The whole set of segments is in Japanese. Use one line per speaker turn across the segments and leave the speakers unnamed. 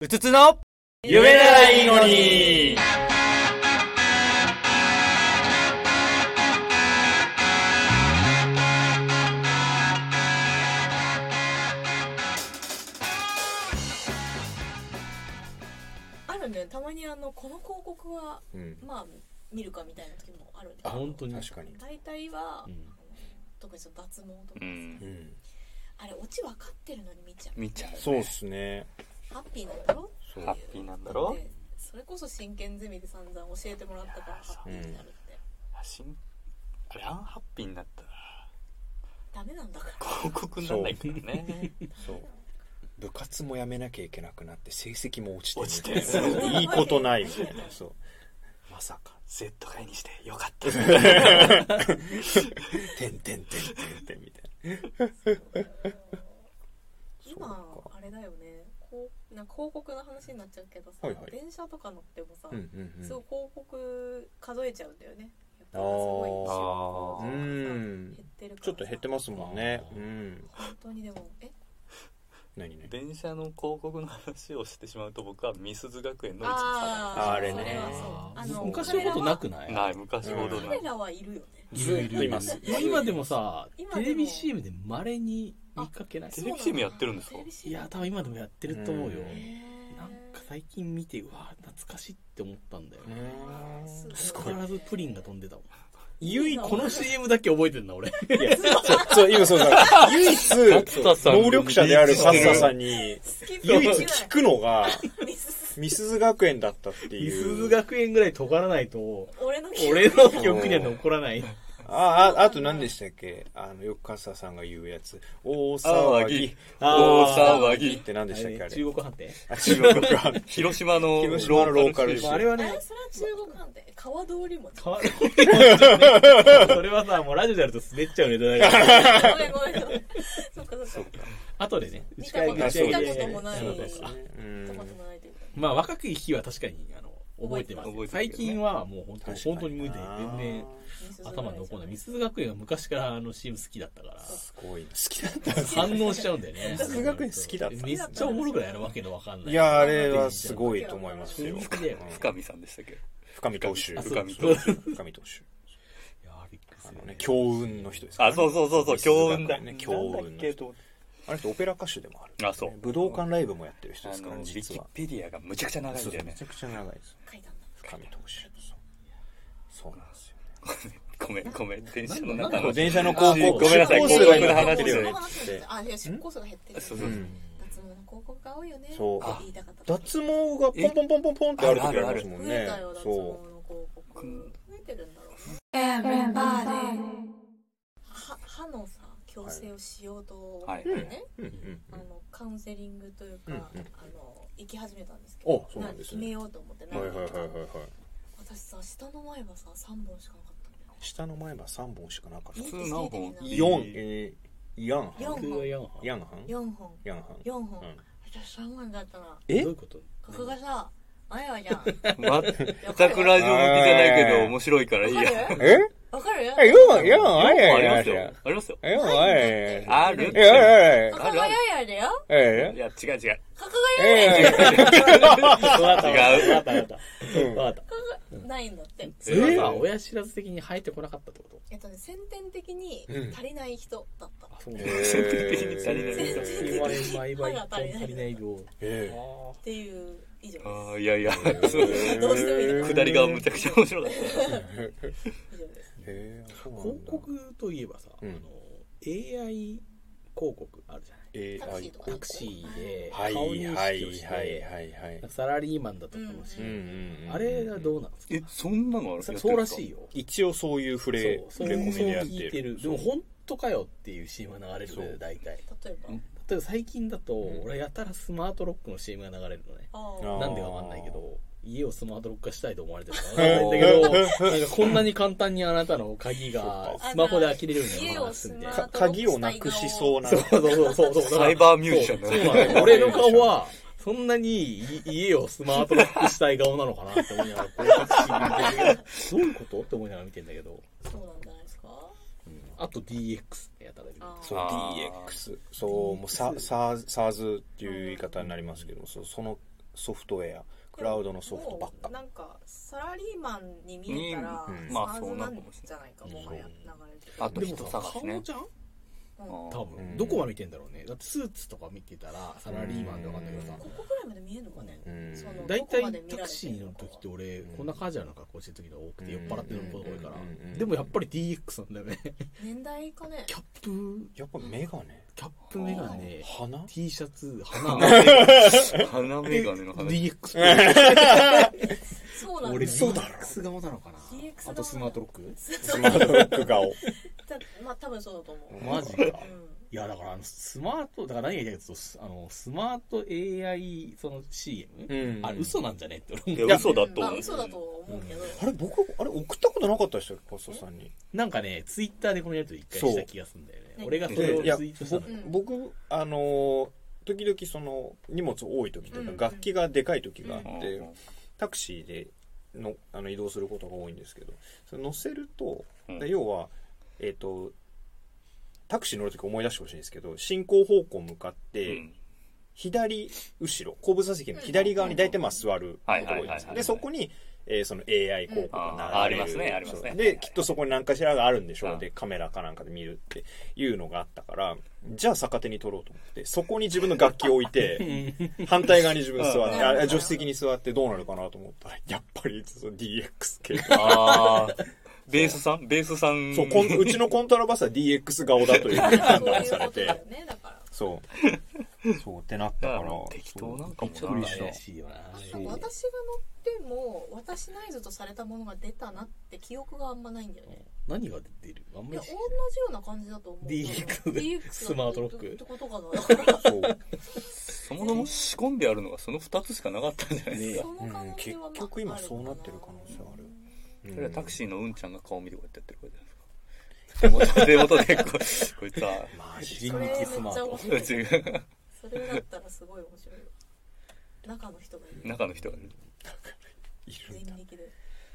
うつつの
夢ならいいのに
あるんだよたまにあのこの広告は
うん
まあ見るかみたいな時もあるんだ
あ
よ
本当に
確かに
大体は、
うん
特にその脱毛とかさ、
うん
うん
あれオチ分かってるのに見ちゃう
見ちゃう
そうっすね
ハッピーなんだろ
そう
ハッピーなんだろ
でそれこそ真剣ゼミで散々教えてもらったからハッピーになるって、
あしんあれアンハッピーになったら
ダメなんだから
広告になんないからね
そう部活もやめなきゃいけなくなって成績も落ちて
落ちてる
そういいことないみたいなそう
まさか Z 回にしてよかった
「てんてんてんてんてん」みたいな
今あれだよねこうなんか広告の話になっちゃうけどさ、
はいはい
電車とか乗ってもさ、
うんうんうん
すごい広告数えちゃうんだよねやっぱ
あー
すごい一応
あー
うん
減ってるから
ちょっと減ってますもんねうん
本当にでもえ
何ね
電車の広告の話をしてしまうと僕は美鈴学園の一
あ
さ
ー
ああれね
そはそうあの
昔のことなくない
んない昔ほどな
彼
い
らはいるよね
いるいる
います
今でもさ
今でも
テレビ CM で稀に見かけない
テレビ CM やってるんですか
テレビ CM
いや多分今でもやってると思うよ
うん
なんか最近見てうわ懐かしいって思ったんだよ
う
ね
ーん
すごい
必ずプリンが飛んでたもん
唯一
この CM だけ覚えてんだ俺
いやそうそう今そうだ唯一
タさん
能力者であるカッサさんに
好き
唯一聞くのが
ミス
美鈴学園だったって
美
い
鈴
う
学園ぐらい尖らないと
俺の
俺 の記憶には残らない
あああと何でしたっけあのよくカッサさんが言うやつ大騒ぎ
あー
大騒ぎ
って何でしたっけあ
中
れ
国判定
あ中国が
広島の
広島のローカル
ロ
誌
あれは
あ
ね
れそれは中国なんで川通りも
変わるそれはさもうラジオでやると滑っちゃうネタだから
ごめんごめんごめんそっ かそっか
後でね打
見
ち
た
返
こ
り
と
打
見
ち上
たこ
げ
ともない
そう
見
そうそう
う
たこ
ん
ともないというか
まあ若くい日は確かにあの覚えてます
覚えてます
最近はもう本当
確か
に
に
本当に無理で全然
ミス
頭に残らない美鈴学園は昔からあの CM 好きだったから
すごい好きだった
反応しちゃうんだよね
美鈴学園好きだった
めっちゃおもろくやるわけのわかんない
いやあれはすごいと思いますよ
衝撃だよ
うん
深見さんでしたっけ
深見投手
あそう
深見
そ
と
う
深見投手
いやびっくりす
あ
る
の
よ
ね
ね
強運の人ですから
あ
ね
そうそうそうそう強運だ
美鈴学園ね強
なん
運
だ
の
っけ
人
と思って
あの人オペラ歌手でもある
あそう
武道館ライブもやってる人
あ
ですから
の
ね
ウィ
実
キ
は
ペディアがむちゃくちゃ長いん
そうそ
だよ
うめ
ね
ちゃくちゃ長いです
書いたんだ
深見投手そうそうなんですよ
ごめんごめん電車の
なんか
中
こ
の
う
電車の
広
広告
告ごめんなさい
コー
広
スが
告
今
の
話
話
して
で
る
す
よ
よ
ね
ね
あいや出向数が減ってる
そう
脱
そうそう
毛の広告が多いよね
そう
って言いたかった
脱毛がポンポンポンポンポンってある時ありますもん
増え
ね
たよ脱毛
そ
の広告増えてるんだろうね歯歯のさ矯正をしようと、
はい
ね、
ううんうん
あのカウンセリングというか、
うんうん
あの行き始めたんですけど
おそうなんです
決め
ね
ようと思って
はいはいはい
何
はい
本か
はい
私さ下の前歯さ3本しかなかったんだよ
下の前歯3本しかなかった
普通何本
いい
4えーヤンハ
四
ン
僕はヤンハン
ヤンハン
4本
ヤンハン
4本、
うん
私3本だったな
どう
え
いうこと
ここがさ前歯じゃんわ
ま全くラジオ向きじゃないけど面白いからいい
かる
や
え
わかる
あヤンヤンあ
あ
や
り
や
ま
や
すよありますよ
ヤンハンあややや
あるっ
えや
て
や
ここがややだよ
えや
いや違う違う
ここ
え
がややだよ
やえ
わかった
違う
わかったわかった
うん
わかった
ないんだって
それはさ親知らず的に入ってこなかったってこと
えっとね先天的に
うん
足りない人だった、
あそうなんだ
え
生まれ毎晩一本足りない病
え
っていう以上
あーいやいや
え
どうしてもいい
下りがむちゃくちゃ面白かっ
以上です
えーそうなんだ
広告といえばさ、
うん
あの AI 広告あるじゃない
え
タクシーとか
タクシーで
はい
顔認
はい
識をして、
はいはいはい
サラリーマンだと思うし、
う
うんうんうん
あれがどうなんです
た
か
えそんなのある
そうらしい
よ
よ
一応そういう触れ
そう
触れ込みでやって
聞いてる
る
でも本当かよっていう CM が流れるんだ
そ
よ
う
大体
例えば
うん
例えば最近だと、
うん
俺やたらスマートロックの CM が流れるのね
あ
あー
なんでかわかんないけど家をスマートロック化したいと思われてるからわかんないん だけどなんかこんなに簡単にあなたの鍵が
そう
か
スマホで開けれるようになりますんで
家をスマ
か鍵をなくしそうな
そうそうそうそう。
サイバーミュージシャンだ
そう
ね
そうなのよ俺の顔は、そんなにい家をスマートロックしたい顔なのかなって思いながら、こうやって聞いてるどういうことって思いながら見てんだけど。
ーそうなんじゃないですか
あと DX ってやたら出てくる
あー
そう
あー
DX そうもうササーズっていう言い方になりますけどもそうそのソフトウェアクラウドのソフトばっ
も
か
うなんかサラリーマンに見えたら、
うん
ま
サー
あ
ズ
そうな
な
るか
ん
もしれ
じゃないかもはや流れてる
あと
でも
人
さ
探しね
顔じゃん
うんこ
多
う
分
ん
どこまで見てんだろうねだってスーツとか見てたらサラリーマンで分かんないけどさ
う
こぐらいまで見えるのかね、
うん
その
だいた
どこま
い
で見られてるのか
タクシーの時って俺こんなカジュアルな格好してる時が多くて酔っ払ってることが多いから
うん
でもやっぱり DX なんだよね
年代かね
キャップ
やっぱメガネ
キャップメガネ
鼻
T シャツ花
花眼鏡の話
DX
そうなん
俺
だよ
DX 側なのかな
DX 側
あとスマートロック
スマートロック顔
たまあ多分そうだと思う、うん
マジかいやだからあのスマートだから何が言いたいかというとすあのスマート AI その CM、
うん
あれ嘘なんじゃねって俺
い
思う
や嘘だと
まあ
思う
嘘だと思うけど、
あれ僕あれ送ったことなかったでしたっけコストさんに
なんかねツイッターでこのやりとり一回した気がするんだよ
そ
ね
う
俺がそれを
でいや
ツイートしたのよ
うん
僕あのー時々その荷物多い時と
うん
か楽器がでかい時があ
うん
ってタクシーでのあの移動することが多いんですけどそれ乗せると
うん
で要はえっ、とタクシー乗る時思い出してほしいんですけど進行方向向かっ
う
て、
ん
左後ろ後部座席の左側に大体まあ座ることが多いんです
うんはいはいはい
よ
はい
でそこに、えーその AI 広告
あー
が
あ
流れる
りますねあります
そう
ねはいは
で
い
きっとそこに何かしらがあるんでしょ
う
うんでカメラかなんかで見るっていうのがあったからじゃあ逆手に取ろうと思ってそこに自分の楽器を置い て反対側に自分座って
うん
あ助手席に座ってどうなるかなと思ったらやっぱりその DX 系
ああベースさんベースさん
そうこんうちのコントラバスは DX 顔だという判
そう
断を
いう
され
ことだ
て
よねだから
そうそうってなったから
まあ適当なんかもな
びっくりし
怪
た
しいよな
なんか私が乗っても私内蔵とされたものが出たなって記憶があんまないんだよね
何が出てるあん
い
まり
や同じような感じだと思う
DX で
DX だ
スマートロック
ってことかな
そう
そもそも仕込んであるのがその2つしかなかったんじゃないですか
その可能性はまあ
うん結局今そうなってる可能性ある
それはタク
シ
シーのうんちゃんが顔見てこうやってやってるからじゃないですか手元手元でこうこいつは
ーマ
人
それめ
力
っ
スマ
ちゃ
ー
面
ト
白い
違う
それだったらすごい面白いよ中の人がいる
中の人がね
全力で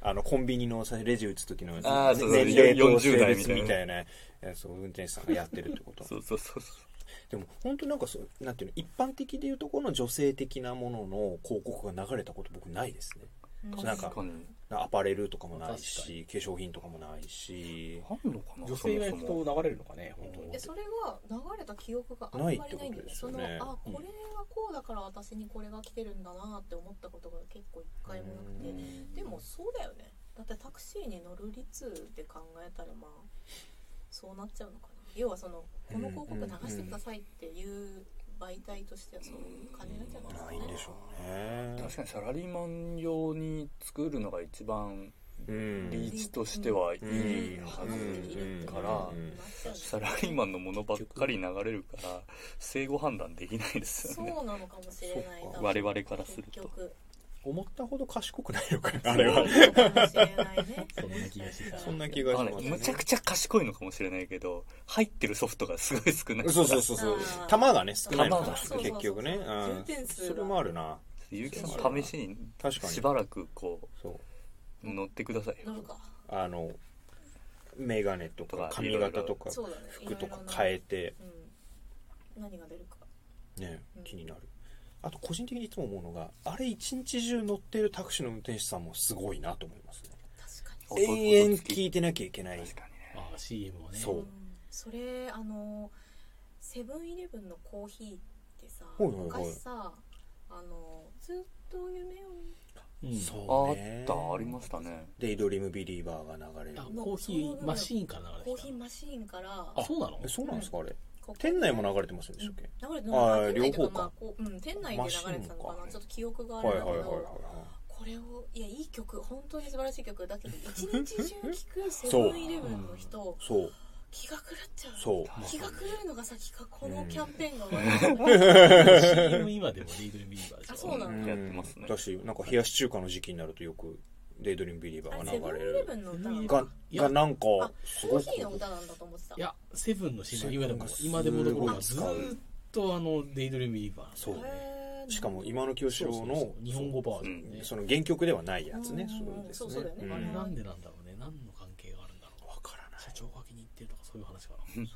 あのコンビニのさレジ打つ時の
あーそうそう
年齢と
40
性
代
別
みたいな
みたいなやつを運転手さんがやってるってこと
そうそうそうそう
でも本当なんかそうなんていうの一般的でいうとこの女性的なものの広告が流れたこと僕ないですね
うん
なんか
確かに
アパレルとかもない
確か
し化粧品とかもないし
あんのかな
女性が行
そも
くと流れるのかね本当に
えそれは流れた記憶があんまりないんだよ
ないって
ね
ことです
そ
よ
の
ね
あこれはこうだから私にこれが来てるんだなって思ったことが結構一回もなくて
うん
でもそうだよねだってタクシーに乗る率で考えたらまあそうなっちゃうのかな要はそのこの広告流してくださいっていう媒体としてはそういう感じなんじゃな
ないいんで
です
し
か
ょ
ね
うね
そも確かにサラリーマン用に作るのが一番
う
リー
ん
チとしてはいいは
うん
ず
うん
から
うん
なっちゃうね
サラリーマンのものばっかり流れるから正誤判断できないですよね
そうなのかもしれない
そうか
多分
我々からする
結
と
局
思ったほど賢くないのかなあれは
そうかもしれないね
そんな気がしてた
そんな気がし
あ
ま
の
す
ね
ね
むちゃくちゃ賢いのかもしれないけど入ってるソフトがすごい少な い
そうそうそうそ
あ
う
ー
弾がね少ないのか
弾が少ない
結局ね
そうそうそう
うん
充填数が
それもあるな
結城さん試しに
確かに
しばらくこ
そう
う乗ってください
乗
よ
るか
あの眼鏡と
とか
か髪型とか
そうだね
服とか変えて
うん、何が出るか
ね
うん
気になるあと個人的にいつも思うのがあれ一日中乗ってるタクシーの運転手さんもすごいなと思いますね
確かに
お
永遠聞いてなきゃいけない
確かにね
ああ CM をね
そう
それあのセブンイレブンのコーヒーってさ、
はいはいはい
昔さあのずっと夢を
うん
あ
そうね
ったありましたね
デイドリームビリーバーが流れる
あコーヒーマシーンから流れてきた
コーヒーマシーンから
あそうなの
えそうなんですかあれ
ここ
店内も流れてませんでしたっけ
流れてな
あ
い
ー
店内と
両方か
まあこううん、店内で流れてたのか
マシーン
な
か
ちょっと記憶があ
はい
るん
はい
だけど、
はいはいはい
これをいやいい曲本当に素晴らしい曲だけど一日中 聴くセブンイレブンの人
そう
気が狂っちゃう
そう
気が狂うのが先かこ
う
の
ん
キャンペーンが終わる
CM 今でもリードルビーバーでしょ
あそうなの
やってますね
だしなんか冷やし中華の時期になるとよくデイドリームビリーバ
あ
ー
れ
が
セブンイ
流れ
レ
る
ブンの歌なのか
ががなんか
あ
す
コ
ご
ー
く
ヒーの歌なんだと思ってた
いやセブンの CM 今でも
セブン
今
がす
で
ご
も
い
どころかず
使う
ーっとあのデイドルビーバーの
そう
へー
しかも今の清志郎
そう
の
そうそう日本語バージョンね、
その原曲ではないやつね
うん
そうで
そ
す
うだ
ね
よね
うん
あ
うん
わ
れなんでなんだろうね何の関係があるんだろう
からな
社長が気に入ってるとかそういう話か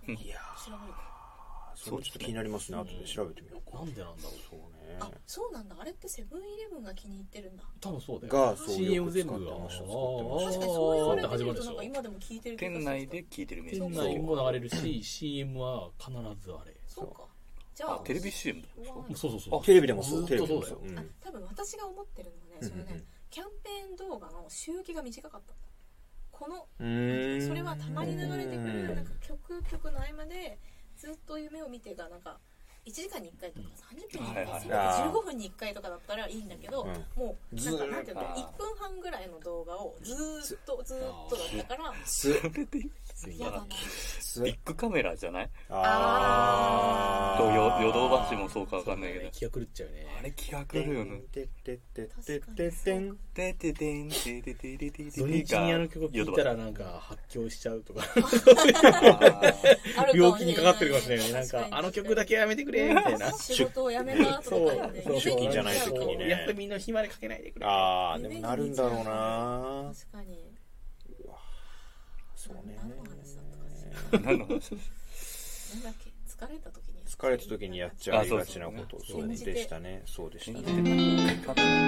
ない
いや
知らない
ーそれちょっと気になりますね後で調べてみよう
なんでなんだろう
そうねね
あそうなんだあれってセブンイレブンが気に入ってるんだ
多分そうだよ
がそう
CM
よく
全
使
部
ってました作
あー
確かにそう言われてみる
だって
と
始
なんか
まるでしょ
今でも聞いてる気が
店
する
内で聞いてるイメージ
店
そう
内も流れるし CM は必ずあれ
そうかじゃあ
あテレビ CM だ
しょうがない
そうそうそう
あテレビでもそ
ず
う
っ
テレ
と
ビで
そ
も
う
う
だよ
ん
あ多分私が思ってるのはね
うん
それねキャンペーン動画の収益が短かったんだこの
うーん
それはたまに流れてく
う
る
ん
なんか曲曲の合間でずっと夢を見てがなんか1時間に1回とか30分に1
はいはい
回せめて15分に1回とかだったらいいんだけど、
う
もうなんかなんていうの
ずーっ
1
と
分半ぐらいの動画をずーっとずーっとだったから
す
嫌だな
す
ビッグカメラじゃない
あ
と
ー
よ
あ
ヨドバシもそうかわかんないけど
気が狂っちゃうね
あれ気が狂うよね
てってってって
確
っ
か
て
に
ってん
てててんててててててて
土日にあの曲聴いたら
ヨ
なんか発狂しちゃうとか
ドバシ
あるもし
病気
れ
にかかってるかもしれないねなんかあの曲だけやめてくれみたいな
仕事を辞めたとか言って
そう出勤じゃない
と
時にね
休みの日までかけないでくれ
ああでもなるんだろうな
確かに
そうね
何の話だったかし
何
な
の話
んだっけ疲れた時に
疲れた時にやっちゃいがちなことそうでしたねそうでしたね
信じてた